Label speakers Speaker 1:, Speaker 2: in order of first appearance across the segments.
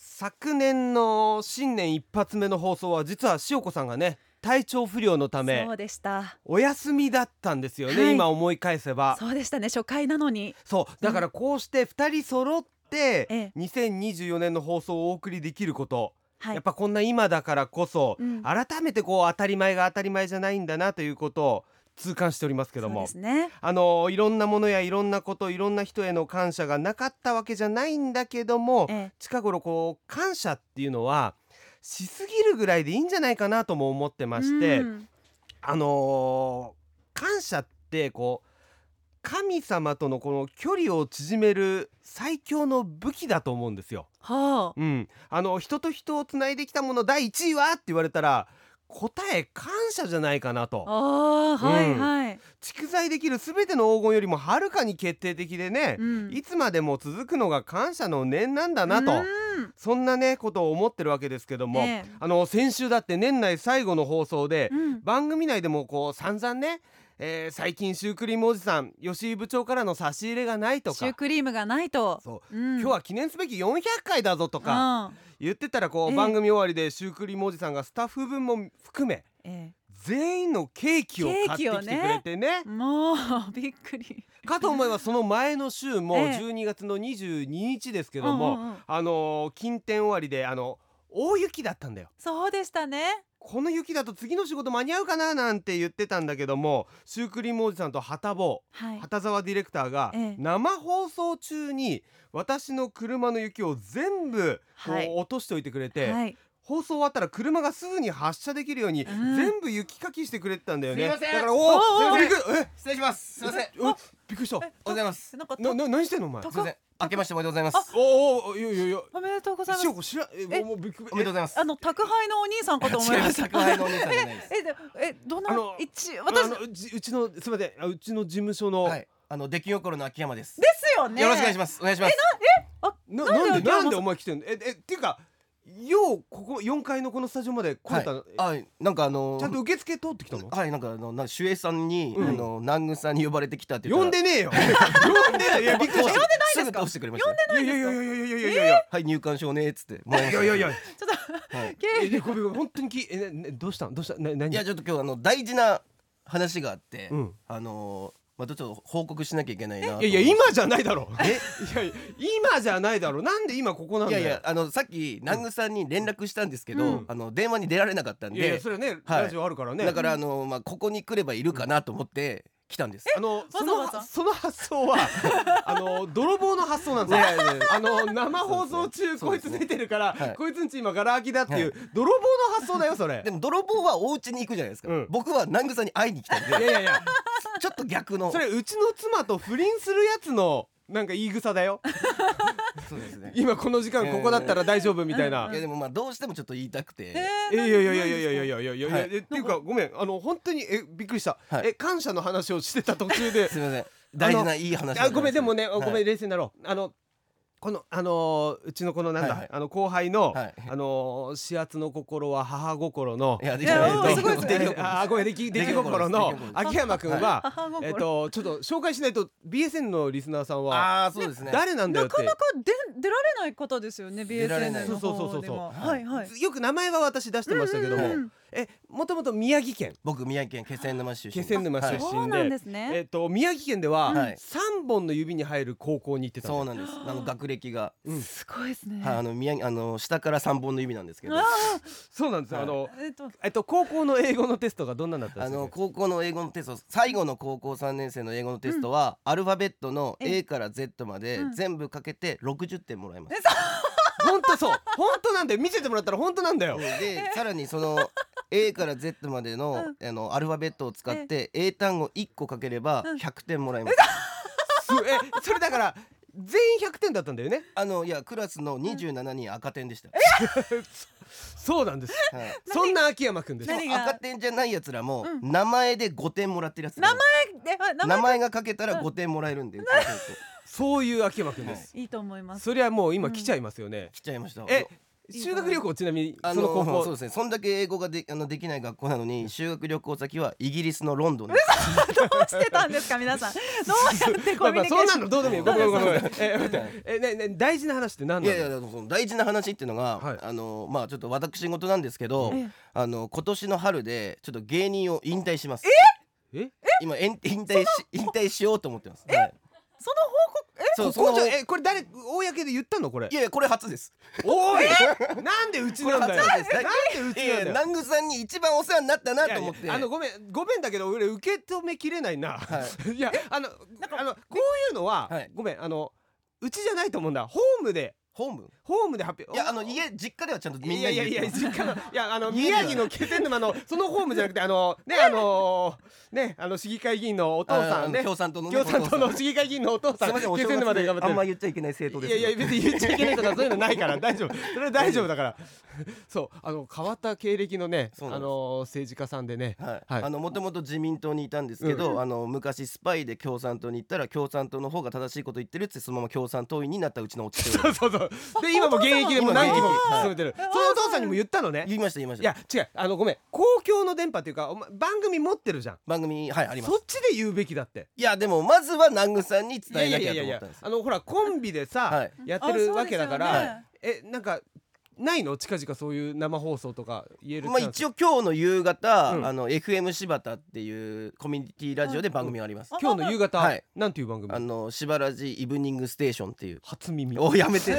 Speaker 1: 昨年の新年一発目の放送は実は塩子さんがね体調不良のため
Speaker 2: そうでした
Speaker 1: お休みだったんですよね、
Speaker 2: はい
Speaker 1: 今思い返せば
Speaker 2: そうでしたね初回なのに
Speaker 1: そうだからこうして2人揃って、
Speaker 2: ええ
Speaker 1: 2024年の放送をお送りできること、
Speaker 2: はい
Speaker 1: やっぱこんな今だからこそ、
Speaker 2: うん
Speaker 1: 改めてこう当たり前が当たり前じゃないんだなということを痛感しておりますけど
Speaker 2: そう
Speaker 1: も
Speaker 2: で。すね
Speaker 1: あのいろんなものやいろんなこといろんな人への感謝がなかったわけじゃないんだけども
Speaker 2: ええ
Speaker 1: 近頃こう感謝っていうのはしすぎるぐらいでいいんじゃないかなとも思ってまして、
Speaker 2: うん
Speaker 1: あのー感謝ってこう神様とのこの距離を縮める最強の武器だと思うんですよ。
Speaker 2: はあ
Speaker 1: うん、あの人と人をつないできたもの第1位はって言われたら答え感謝じゃないかなと
Speaker 2: あーはいはい、
Speaker 1: 蓄財できる全ての黄金よりもはるかに決定的でね
Speaker 2: う、ん
Speaker 1: いつまでも続くのが感謝の念なんだなと、
Speaker 2: うん
Speaker 1: そんなねことを思ってるわけですけども、
Speaker 2: ええ
Speaker 1: あの先週だって年内最後の放送で、
Speaker 2: うん
Speaker 1: 番組内でもこう散々ね、えー最近シュークリームおじさん吉井部長からの差し入れがないと
Speaker 2: シュー
Speaker 1: か
Speaker 2: クリームがないと、
Speaker 1: そう
Speaker 2: うん、
Speaker 1: 今日は記念すべき400回だぞとか
Speaker 2: か、
Speaker 1: 言ってたらこう、
Speaker 2: ええ
Speaker 1: 番組終わりでシュークリームおじさんがスタッフ分も含め
Speaker 2: え
Speaker 1: 全員のケーキを買ってきてくれてね
Speaker 2: え、もう びっくり
Speaker 1: かと思えばその前の週も
Speaker 2: ええ
Speaker 1: 12月の22日ですけども、
Speaker 2: うんうんうん
Speaker 1: あのー近天終わりであの大雪だったんだよ。
Speaker 2: そうでしたね
Speaker 1: この雪だと次の仕事間に合うかななんて言ってたんだけどもシュークリームおじさんと旗坊
Speaker 2: はい
Speaker 1: 旗沢ディレクターが
Speaker 2: ええ
Speaker 1: 生放送中に私の車の雪を全部こ
Speaker 2: はいう
Speaker 1: 落としておいてくれて、
Speaker 2: はい
Speaker 1: 放送終わったら車がすぐに発車できるように
Speaker 2: うん
Speaker 1: 全部雪かきしてくれてたんだよね。
Speaker 3: すいません
Speaker 1: だからお
Speaker 2: おー
Speaker 1: おびっくりえ
Speaker 3: 失礼します。すみません。
Speaker 1: えびっくりした。
Speaker 2: え
Speaker 3: おはようございます。
Speaker 2: なんかと
Speaker 1: なな何してんのお前
Speaker 2: と。
Speaker 3: すみません。明けましておめでとうございます。
Speaker 1: おーおーいやいやいや。
Speaker 2: おめでとうございます
Speaker 1: 塩子知らえ
Speaker 2: え
Speaker 1: もうびっくり
Speaker 3: おめでとうございます。
Speaker 2: あの宅配のお兄さんかと思いました。
Speaker 3: 違う宅配のお姉さんじゃないです
Speaker 2: えでえど
Speaker 1: あ
Speaker 2: の
Speaker 1: の
Speaker 2: 一
Speaker 1: あ
Speaker 2: 私
Speaker 1: のうちうちのすみませんあうちの事務所の、
Speaker 3: はい。あの出来心の秋山です。
Speaker 2: ですよね
Speaker 3: よろしくお願いします。お願いします。
Speaker 1: な
Speaker 2: な
Speaker 1: なんで
Speaker 2: んで秋山さん
Speaker 1: なんでお前来てんのええっていうかようここ四階のこのスタジオまで来れたの、え
Speaker 3: はい。はい。なんかあの
Speaker 1: ちゃんと受付通ってきたの
Speaker 3: はいなんかあのなんか守衛さんに、
Speaker 1: うん
Speaker 3: あの南軍さんに呼ばれてきたって言
Speaker 1: 呼
Speaker 3: っ
Speaker 1: ん
Speaker 3: たら。
Speaker 1: でねえよ呼んでないいやびっくりし
Speaker 3: 呼んで
Speaker 1: た
Speaker 3: ないですか。すぐ通してくれましたね。
Speaker 1: いやいやいやいやいやいやいやいや
Speaker 3: はい入館証ねっつって。もらま
Speaker 1: い
Speaker 3: し
Speaker 1: や
Speaker 3: た
Speaker 1: いやいや。
Speaker 2: ちょっ
Speaker 3: はい。
Speaker 2: と
Speaker 1: えごめんごめん本当にきえななどうしたんどうしたな何
Speaker 3: いやちょっと今日あの大事な話があって、
Speaker 1: うん
Speaker 3: あのまあちょっと報告しなきゃいけないなと思っ
Speaker 1: い
Speaker 3: て。
Speaker 1: やいや今じゃないだろうい
Speaker 3: え
Speaker 1: やいや今じゃないだろうなんで今ここなん
Speaker 3: い
Speaker 1: だ
Speaker 3: や
Speaker 1: よ
Speaker 3: いやあのさっき南宮さんに連絡したんですけど、
Speaker 2: うん
Speaker 3: あの電話に出られなかったんで
Speaker 1: いやいやそれはね、
Speaker 3: はい
Speaker 1: ラジオあるからね
Speaker 3: だからあの、まあ、ここに来ればいるかなと思って来たんです。
Speaker 1: あのそ
Speaker 2: わざわ
Speaker 1: の
Speaker 2: ざ
Speaker 1: その発想はあの泥棒の発想なんです
Speaker 3: い
Speaker 1: よ
Speaker 3: やいやいや
Speaker 1: あの生放送中
Speaker 3: そう
Speaker 1: こい
Speaker 3: です
Speaker 1: つ
Speaker 3: ね
Speaker 1: 出てるから、
Speaker 3: はい
Speaker 1: こいつんち今ガラ空きだっていう、
Speaker 3: は
Speaker 1: 泥棒の発想だよそれ
Speaker 3: でも泥棒はお家に行くじゃないですか、
Speaker 1: うん
Speaker 3: 僕は南宮さんに会いに 来たん
Speaker 1: いや
Speaker 3: で
Speaker 1: いやいや
Speaker 3: ちょっと逆の
Speaker 1: それうちの妻と不倫するやつのなんか言い草だよ
Speaker 3: そうですね
Speaker 1: 今この時間ここだったら大丈夫みたいな、
Speaker 3: いやでもまあどうしてもちょっと言いたくて、
Speaker 2: え
Speaker 1: いやいやいやいやいやいや
Speaker 2: や
Speaker 1: いやいやいや、
Speaker 3: はい
Speaker 1: えっていうかごめんあの本当にえびっくりした、
Speaker 3: はい
Speaker 1: え感謝の話をしてた途中です
Speaker 3: いません大事ないい話なんす
Speaker 1: あごめんでもね、
Speaker 3: はい
Speaker 1: ごめん冷静になろうあのこのあのーうちのこのなんだ、
Speaker 3: はいはい
Speaker 1: あの後輩の、
Speaker 3: はい
Speaker 1: あのー始圧の心は母心の
Speaker 3: いや
Speaker 1: え
Speaker 3: で
Speaker 1: っ
Speaker 3: き
Speaker 1: と
Speaker 3: ない
Speaker 2: やおーすごいですね
Speaker 3: できない
Speaker 1: あーごめん出来出来
Speaker 3: 出来心
Speaker 1: 心の
Speaker 3: 出来心
Speaker 1: 秋山君は、
Speaker 2: 母心
Speaker 1: えっとちょっと紹介しないと BSN のリスナーさんは
Speaker 3: ああそうですね
Speaker 1: 誰なんだよ
Speaker 2: な
Speaker 1: っ
Speaker 2: か
Speaker 1: て
Speaker 2: なか出出られない方ですよね
Speaker 3: 出られない
Speaker 2: BSN の
Speaker 1: そうそ
Speaker 2: 方
Speaker 1: う
Speaker 2: で
Speaker 1: そう
Speaker 2: も
Speaker 1: そ
Speaker 2: はいはい
Speaker 1: よく名前は私出してましたけども、
Speaker 3: うんうん
Speaker 2: うん
Speaker 1: えもともと宮城県
Speaker 3: 僕宮城県気仙沼市出身
Speaker 1: 気仙沼出身で,、
Speaker 3: はい
Speaker 2: そうなんですね
Speaker 1: えっと宮城県では
Speaker 3: はい
Speaker 1: 3本の指に入る高校に行ってたんだ
Speaker 3: そ
Speaker 1: よ
Speaker 3: うなんですあの学歴が、
Speaker 2: すごいですね
Speaker 3: はいあの宮城あの下から三本の指なんですけど
Speaker 2: あ
Speaker 1: そうなんですよ、
Speaker 3: はい
Speaker 1: あの
Speaker 2: ーえっと
Speaker 1: えっと高校の英語のテストがどんなんだったんで
Speaker 3: あ
Speaker 1: すか、
Speaker 3: の高校の英語のテスト最後の高校3年生の英語のテストは、アルファベットの
Speaker 2: え
Speaker 3: A から Z まで
Speaker 2: うん
Speaker 3: 全部かけて60点もらいます。
Speaker 1: 本当そう本当なんだよ見せてもらったら本当なんだよ
Speaker 3: でさらに その A から Z までの,、あのアルファベットを使って英単語1個かければ
Speaker 2: うん
Speaker 3: 100点もらえます。
Speaker 1: すえそれだから全員100点だったんだよね
Speaker 3: あのいやクラスの27人赤点でした。
Speaker 1: そうなんです
Speaker 3: はい
Speaker 1: そんな秋山くんです
Speaker 2: 何
Speaker 3: でも赤点じゃないやつらも、
Speaker 2: う
Speaker 3: 名前で5点もらってるやつ
Speaker 2: 名
Speaker 3: ら
Speaker 2: 前
Speaker 3: も
Speaker 2: えあ名
Speaker 3: 名
Speaker 2: 前
Speaker 3: 前がかけたら5点もらえるんでうちの高校
Speaker 1: そういう秋山くんです、
Speaker 2: いいと思います
Speaker 1: そりゃもう今来ちゃいますよね、
Speaker 3: 来ちゃいました。
Speaker 1: え
Speaker 2: いい
Speaker 1: 修学旅行ちなみに
Speaker 3: あ
Speaker 1: その
Speaker 3: の
Speaker 1: 高校
Speaker 3: そうですねそんだけ英語がであのできない学校なのに修学旅行先はイギリスのロンドンです
Speaker 2: どうしてたんですか皆さんどうやって
Speaker 1: ま
Speaker 2: コ
Speaker 1: あ
Speaker 2: ミ
Speaker 1: まあ
Speaker 2: ュニケ
Speaker 1: そ
Speaker 2: ー
Speaker 1: んな
Speaker 2: ショ
Speaker 1: の
Speaker 2: ン
Speaker 1: どうでもいいごめんごめんごめんえ待ってえねね大事な話って何
Speaker 3: い
Speaker 1: なの
Speaker 3: やいやだからその大事な話っていうのが、
Speaker 1: はい
Speaker 3: あのまあちょっと私事なんですけど、
Speaker 2: ええ
Speaker 3: あの今年の春でちょっと芸人を引退します。
Speaker 1: ええ
Speaker 3: 今えん引退し引退しようと思ってます。はい
Speaker 2: その報告え
Speaker 3: そう
Speaker 1: ここじ
Speaker 3: そ
Speaker 1: ゃ
Speaker 3: の
Speaker 1: えこれ誰公で言ったのこれ
Speaker 3: いやいやこれ初です。
Speaker 1: おいなんでうちなんだよ
Speaker 3: こ
Speaker 1: なん
Speaker 3: れ初
Speaker 1: で
Speaker 3: ですね
Speaker 1: う
Speaker 3: い
Speaker 1: ちなんだ
Speaker 3: やいや
Speaker 1: よ
Speaker 3: 南宮さんに一番お世話になったない
Speaker 1: や
Speaker 3: と
Speaker 1: いや
Speaker 3: 思って。
Speaker 1: あのごめんごめんだけど俺受け止めきれないな、い、やあのあのこういうのは、
Speaker 3: はい
Speaker 1: ごめんあのうちじゃないと思うんだホームで
Speaker 3: ホーム？
Speaker 1: ホームで発表
Speaker 3: いやあの家実家ではちゃんとみん
Speaker 1: い
Speaker 3: な
Speaker 1: や
Speaker 3: に
Speaker 1: いや
Speaker 3: 言っ
Speaker 1: い
Speaker 3: て
Speaker 1: や
Speaker 3: ます。
Speaker 1: 実家のいやあ の
Speaker 3: 家では
Speaker 1: 宮城の気仙沼のそのホームじゃなくてあのねあのねあの市議会議員のお父
Speaker 3: あ
Speaker 1: さ
Speaker 3: あ
Speaker 1: ん
Speaker 3: の
Speaker 1: ね
Speaker 3: 共産党のね
Speaker 1: 共産党
Speaker 3: お
Speaker 1: の
Speaker 3: 父
Speaker 1: 市議会議員のお父さ
Speaker 3: さん
Speaker 1: ん
Speaker 3: すみませんお
Speaker 1: 気
Speaker 3: 正
Speaker 1: 仙沼で
Speaker 3: 月
Speaker 1: 頑
Speaker 3: で
Speaker 1: 張
Speaker 3: あ
Speaker 1: って
Speaker 3: んま
Speaker 1: る
Speaker 3: 言っちゃいけない政党
Speaker 1: い
Speaker 3: です
Speaker 1: や
Speaker 3: よ。
Speaker 1: いや別に言っちゃいけないとかそういうのない から大丈夫それは大丈夫だからそうあの変わった経歴のねあ
Speaker 3: そうなんです
Speaker 1: の政治家さんでね
Speaker 3: はい、
Speaker 1: はい
Speaker 3: あのもともと自民党にいたんですけど、あの昔スパイで共産党に行ったら共産党の方が正しいこと言ってるってそのまま共産党員になったうち の落ちて
Speaker 1: そうそうそうで今も現役でもう何期も勤めてるそのお父さんにも言ったのね
Speaker 3: 言いました言いまし
Speaker 1: い
Speaker 3: た
Speaker 1: や違うあのごめん公共の電波っていうかお前番組持ってるじゃん
Speaker 3: 番組はいあります
Speaker 1: そっちで言うべきだって
Speaker 3: いやでもまずは南宮さんに伝えなきゃと
Speaker 1: い
Speaker 3: 思
Speaker 1: や
Speaker 3: ったんですよ
Speaker 1: あのほらコンビでさ、
Speaker 3: はい
Speaker 1: やってるわけだか
Speaker 2: あそうで
Speaker 1: ら、
Speaker 2: すよね
Speaker 1: えなんかないの近々そういう生放送とか言える
Speaker 3: まあ
Speaker 1: チャンス
Speaker 3: 一応今日の夕方、
Speaker 1: うん
Speaker 3: あの FM 柴田っていうコミュニティラジオで番組あります、
Speaker 2: あ
Speaker 1: 今日の夕方、
Speaker 3: はい
Speaker 1: なんていう番組
Speaker 3: あの柴ラジイブニングステーションっていう
Speaker 1: 初耳
Speaker 3: おや めて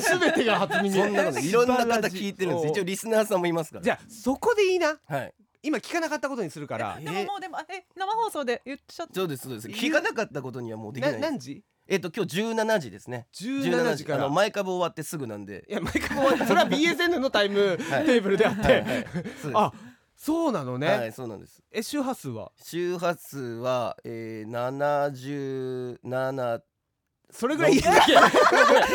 Speaker 1: すべてが初耳
Speaker 3: そんなこといろんな方聞いてるんです一応
Speaker 1: 応
Speaker 3: リスナーさんもいますから
Speaker 1: じゃあそこでいいな
Speaker 3: はい
Speaker 1: 今聞かなかったことにするから
Speaker 3: え
Speaker 2: でももうでもえ生放送で言っちゃった
Speaker 3: そうですそうです聞かなかったことにはもうできない
Speaker 1: な
Speaker 3: です
Speaker 1: 何時
Speaker 3: えっと今日17時ですね
Speaker 1: 17時から
Speaker 3: あの前株終わってすぐなんで
Speaker 1: いや毎回終わってそれは BSN のタイムテ
Speaker 3: はい
Speaker 1: ーブルであって
Speaker 3: そうです
Speaker 1: あそうなのね、
Speaker 3: はいそうなんです
Speaker 1: え周波数は
Speaker 3: 周波数は、えー、77
Speaker 1: それぐらい言えと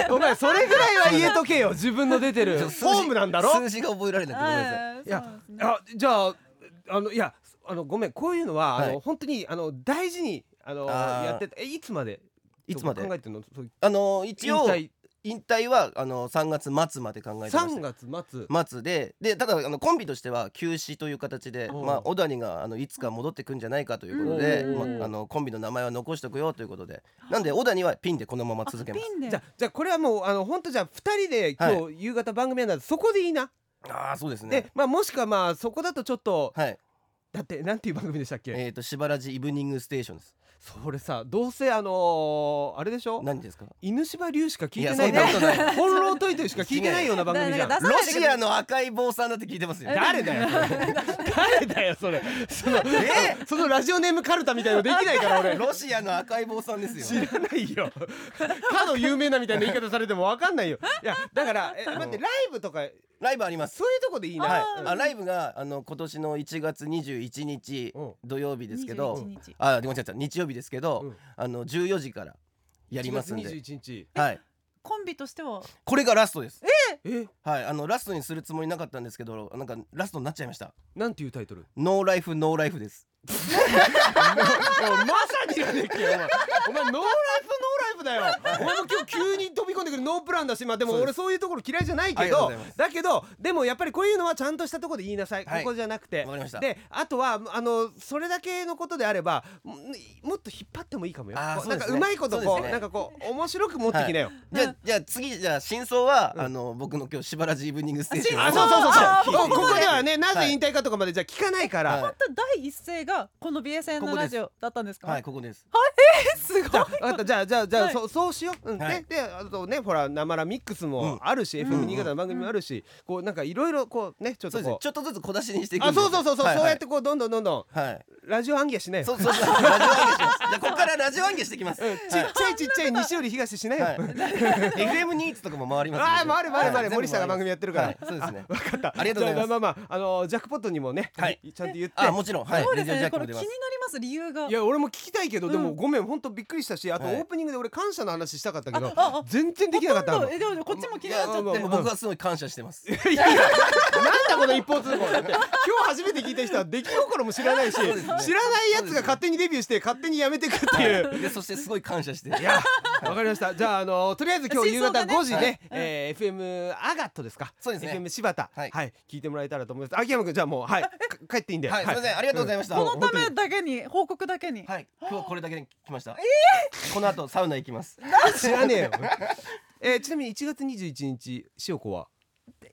Speaker 1: けお前それぐらいは言えとけよ自分の出てる
Speaker 3: ち
Speaker 1: フ
Speaker 3: ょ
Speaker 1: ォ
Speaker 3: 数字
Speaker 1: ームなんだろ
Speaker 3: 数字が覚えられなくてごめんなさい
Speaker 2: はい
Speaker 1: い
Speaker 2: そ
Speaker 1: や
Speaker 2: うですね
Speaker 1: あじゃああのいやあのごめんこういうのは、あ
Speaker 3: は
Speaker 1: の
Speaker 3: い
Speaker 1: 本当にあの大事にあの
Speaker 3: あー
Speaker 1: やっててえいつまで
Speaker 3: いつま
Speaker 1: とか考え
Speaker 3: で
Speaker 1: てるのそう
Speaker 3: あの一
Speaker 1: 引
Speaker 3: 応
Speaker 1: 退
Speaker 3: 引退はあの3月末まで考えてま
Speaker 1: 3
Speaker 3: し
Speaker 1: 月末
Speaker 3: た末ででただあのコンビとしては休止という形で、
Speaker 1: うん
Speaker 3: まあ、小谷があのいつか戻ってくんじゃないかということで、
Speaker 1: うん
Speaker 3: まあ、あのコンビの名前は残しておくよということでなんで小谷はピンでこのまま続けま
Speaker 2: あ
Speaker 3: す
Speaker 2: ピンで
Speaker 1: じゃあじゃあこれはもうあの本当じゃあ2人で今日夕方番組やるなんでそこでいいな、
Speaker 3: ああーそうですね
Speaker 1: でまあもしくはまあそこだとちょっと
Speaker 3: はい
Speaker 1: だってなんていう番組でしたっけ、
Speaker 3: えっ、ー、としばらじイブニングステーションです
Speaker 1: それさどうせあのーあれでしょ
Speaker 3: 何ですか
Speaker 1: 犬柴龍しか聞いて
Speaker 3: い
Speaker 1: な
Speaker 3: や
Speaker 1: い
Speaker 3: そんなことない
Speaker 1: い翻弄といてるしか聞いてないような番組じゃん
Speaker 2: だから
Speaker 3: ロシアの赤い坊さんだって聞いてますよ
Speaker 2: え
Speaker 1: 誰だよそれ誰だよそれその
Speaker 3: え
Speaker 1: そのラジオネームカルタみたいのできないから 俺
Speaker 3: ロシアの赤い坊さんです
Speaker 1: 知
Speaker 3: よ
Speaker 1: らないよかの有名なみたいな言い方されてもわかんないよいやだからえ待ってライブとか
Speaker 3: ライブあります
Speaker 1: そういうとこでいいな、
Speaker 3: はい
Speaker 2: あ、ー
Speaker 3: あライブがあの今年の1月21日
Speaker 1: うん
Speaker 3: 土曜日ですけど
Speaker 2: 21日
Speaker 3: あごめんなさい日曜日ですけど、
Speaker 1: うん
Speaker 3: あの14時からやりますん
Speaker 1: 1
Speaker 3: で、
Speaker 1: 月21日
Speaker 3: はい、
Speaker 2: コンビとしては
Speaker 3: これがラストです
Speaker 1: え
Speaker 3: はいあのラストにするつもりなかったんですけどなんかラストになっちゃいました
Speaker 1: なんていうタイトルも
Speaker 3: ノーライフノーライフです
Speaker 1: うまさにやねっけお前お前ノーライフノーライフだよ俺も今日急に飛び込んでくるノープランだしまあでも
Speaker 3: そうです
Speaker 1: 俺そういうところ嫌いじゃない
Speaker 3: あ
Speaker 1: け
Speaker 3: りがとう
Speaker 1: ど
Speaker 3: ございます
Speaker 1: だけどでもやっぱりこういうのはちゃんとしたところで言いなさい、
Speaker 3: はい
Speaker 1: ここじゃなくて
Speaker 3: わかりました
Speaker 1: であとはあのそれだけのことであればんもっと引っ張ってもいいかもよ
Speaker 3: あー
Speaker 1: こう
Speaker 3: そ
Speaker 1: な
Speaker 3: うんで
Speaker 1: か
Speaker 3: すね
Speaker 1: うまいこと
Speaker 3: そう
Speaker 1: こ
Speaker 3: で
Speaker 1: う
Speaker 3: すね
Speaker 1: なんかこう面白く持ってきなよ、
Speaker 3: じゃあじゃあ次じゃあ真相は、
Speaker 1: うん
Speaker 3: あの僕の今日しばらじイブニングステーションを
Speaker 1: あそうそうそう
Speaker 2: あ
Speaker 1: そうこここではねな
Speaker 3: は
Speaker 1: ぜ
Speaker 3: い
Speaker 1: 引退かとかまでじゃあ聞かないから、
Speaker 3: はい
Speaker 2: 本当第一声がこの BSN
Speaker 3: ここ
Speaker 2: の
Speaker 3: です
Speaker 2: ラジオだったんですか
Speaker 3: はいここです
Speaker 2: えすごい
Speaker 1: じゃあ分かったじゃあじゃあじゃあ、
Speaker 2: はい
Speaker 1: そうそうしよう、うん
Speaker 3: はい
Speaker 1: ねであとねほら「なまらミックス」もあるし、
Speaker 2: うん
Speaker 1: FM 新潟の番組もあるし、こうなんかいろいろこうねちょっ
Speaker 3: そ
Speaker 1: と
Speaker 3: うですね
Speaker 1: こう
Speaker 3: ちょっとずつ小出しにしていくん
Speaker 1: あ
Speaker 3: です
Speaker 1: そ
Speaker 3: よ
Speaker 1: うそうそうそう、
Speaker 3: はい
Speaker 1: そうやってこうどんどんどんど
Speaker 3: はいはい
Speaker 1: んラジオ暗記はしないよ
Speaker 3: そうそうそうラジオ暗記しますじゃあここからラジオ暗記してきます
Speaker 1: うんちっちゃいちっちゃい西より東しないよ、
Speaker 3: はい FM ニーツとかも回りますんで
Speaker 1: ああ回る回る回る
Speaker 3: はい
Speaker 1: 森下が番組やってるから
Speaker 3: はいそうですね
Speaker 1: 分かった
Speaker 3: ありがとうございます
Speaker 1: じゃあまあまああのージャックポットにもね、
Speaker 3: はい
Speaker 1: ちゃんと言って
Speaker 3: あもちろんはい
Speaker 2: そうで
Speaker 3: レ
Speaker 2: す
Speaker 3: ジオジャ
Speaker 2: ね
Speaker 3: ック
Speaker 2: こ
Speaker 3: も
Speaker 2: れ気
Speaker 3: 出
Speaker 2: に
Speaker 3: ま
Speaker 2: なります
Speaker 3: す
Speaker 2: 理由が
Speaker 1: いや俺も聞きたいけど、で
Speaker 2: う
Speaker 1: も
Speaker 2: ん
Speaker 1: ごめん本当びっくりしたしあとオ
Speaker 3: はい
Speaker 1: ープニングで俺感謝の話したかったけど、
Speaker 2: あああ
Speaker 1: 全然できなかった
Speaker 2: ほと
Speaker 1: の
Speaker 2: んどえでもこっちも気になっちゃっ
Speaker 1: いやま
Speaker 2: て
Speaker 1: あ
Speaker 3: で
Speaker 1: ま
Speaker 3: も
Speaker 1: あ
Speaker 3: 僕はすごい感謝してます
Speaker 1: いやいやなんだこの一方通行だって今日初めて聞いた人は出来心も知らないし、
Speaker 3: そうですね
Speaker 1: 知らないやつが勝手にデビューして勝手にやめてくっていう、
Speaker 3: でそしてすごい感謝して
Speaker 1: いやわかりましたじゃああのとりあえず今日夕
Speaker 4: 真
Speaker 1: 方
Speaker 4: 相がね
Speaker 1: 5時
Speaker 3: は
Speaker 1: ね
Speaker 3: い
Speaker 1: えー FM アガットですか
Speaker 3: そうですね
Speaker 1: FM 柴田は
Speaker 3: はいい
Speaker 1: 聞いてもらえたらと思います秋山君じゃあもうはいか帰っていいんでは
Speaker 3: はいすいませんありがとうございました
Speaker 1: んも
Speaker 4: このためだけに報告だけに、
Speaker 3: はい今日これだけで来ましたこの後サウナ行きます
Speaker 1: 知らねえよ。 えーちなみに1月21日塩子は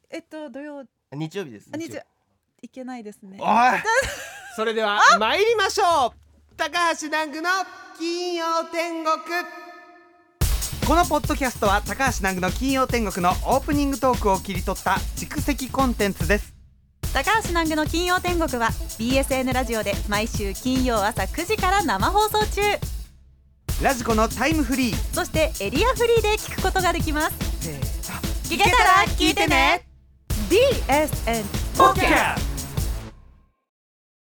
Speaker 4: えっと土曜
Speaker 3: 日曜日です
Speaker 4: あ日曜いけないですね
Speaker 1: おいそれでは参りましょう高橋南具の金曜天国
Speaker 5: このポッドキャストは高橋南具の金曜天国のオープニングトークを切り取った蓄積コンテンツです
Speaker 2: 高橋南具の金曜天国は BSN ラジオで毎週金曜朝9時から生放送中
Speaker 5: ラジコのタイムフリー
Speaker 2: そしてエリアフリーで聞くことができます
Speaker 5: せーの
Speaker 2: 聞けたら聞いてね BSN
Speaker 1: ポッキャス